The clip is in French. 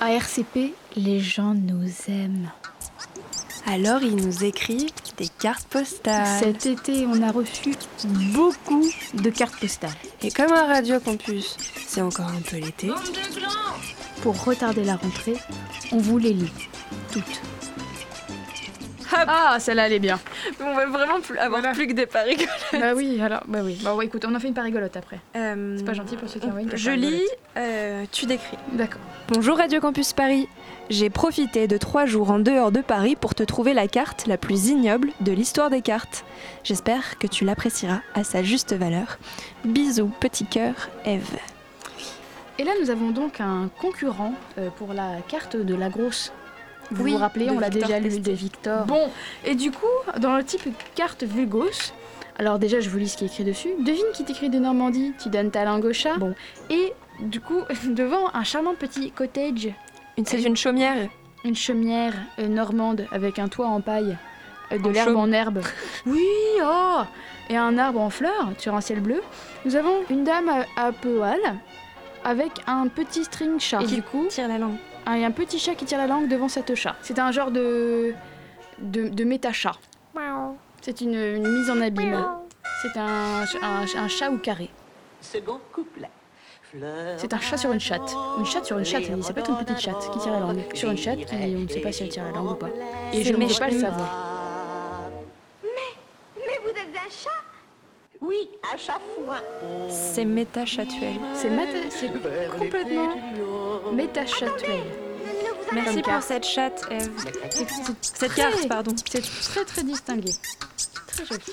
À RCP, les gens nous aiment. Alors ils nous écrivent des cartes Euh, postales. Cet été, on a reçu beaucoup de cartes postales. Et comme à Radio Campus, c'est encore un peu l'été. Pour retarder la rentrée, on vous les lit toutes. Ah, celle-là, elle est bien. On veut vraiment plus- avoir Voilà. plus que des paris. bah oui, alors, bah oui. Bon, ouais, écoute, on en fait une parigolote après. Euh, C'est pas gentil pour ceux qui envoient une Je lis, euh, tu décris. D'accord. Bonjour Radio Campus Paris. J'ai profité de trois jours en dehors de Paris pour te trouver la carte la plus ignoble de l'histoire des cartes. J'espère que tu l'apprécieras à sa juste valeur. Bisous, petit cœur, Eve. Et là, nous avons donc un concurrent euh, pour la carte de la grosse. Vous Oui, vous rappelez, de on l'a Victor déjà lu Testé. de Victor. Bon, et du coup, dans le type carte vulgos, alors déjà, je vous lis ce qui est écrit dessus. Devine qui t'écrit de Normandie, tu donnes ta langue au chat. Bon, et du coup, devant un charmant petit cottage, C'est une chaumière. une chaumière euh, normande avec un toit en paille, euh, de En l'herbe chaume. en herbe. Oui, oh Et un arbre en fleurs sur un ciel bleu. Nous avons une dame à, à poil avec un petit string chat. Et du coup, Tire la langue. Ah, il y a un petit chat qui tire la langue devant cette chat. C'est un genre de de, de méta-chat. C'est une, une mise en abîme. C'est un, un, un chat au carré. Second couplet. C'est un chat sur une chatte. Une chatte sur une chatte, elle dit, c'est pas une petite chatte qui tire la langue. Sur une chatte qui, on ne sait pas si elle tire la langue ou pas. Et je C'est ne méchant. peux pas le savoir. Mais vous êtes un chat Oui, à chaque fois. C'est méta-chatuel. C'est mat- c'est complètement méta-chatuel. Ne vous Merci Comme pour carte. cette chatte, Eve. C'est- c'est Cette très- carte, pardon. C'est très très distingué. Très joli.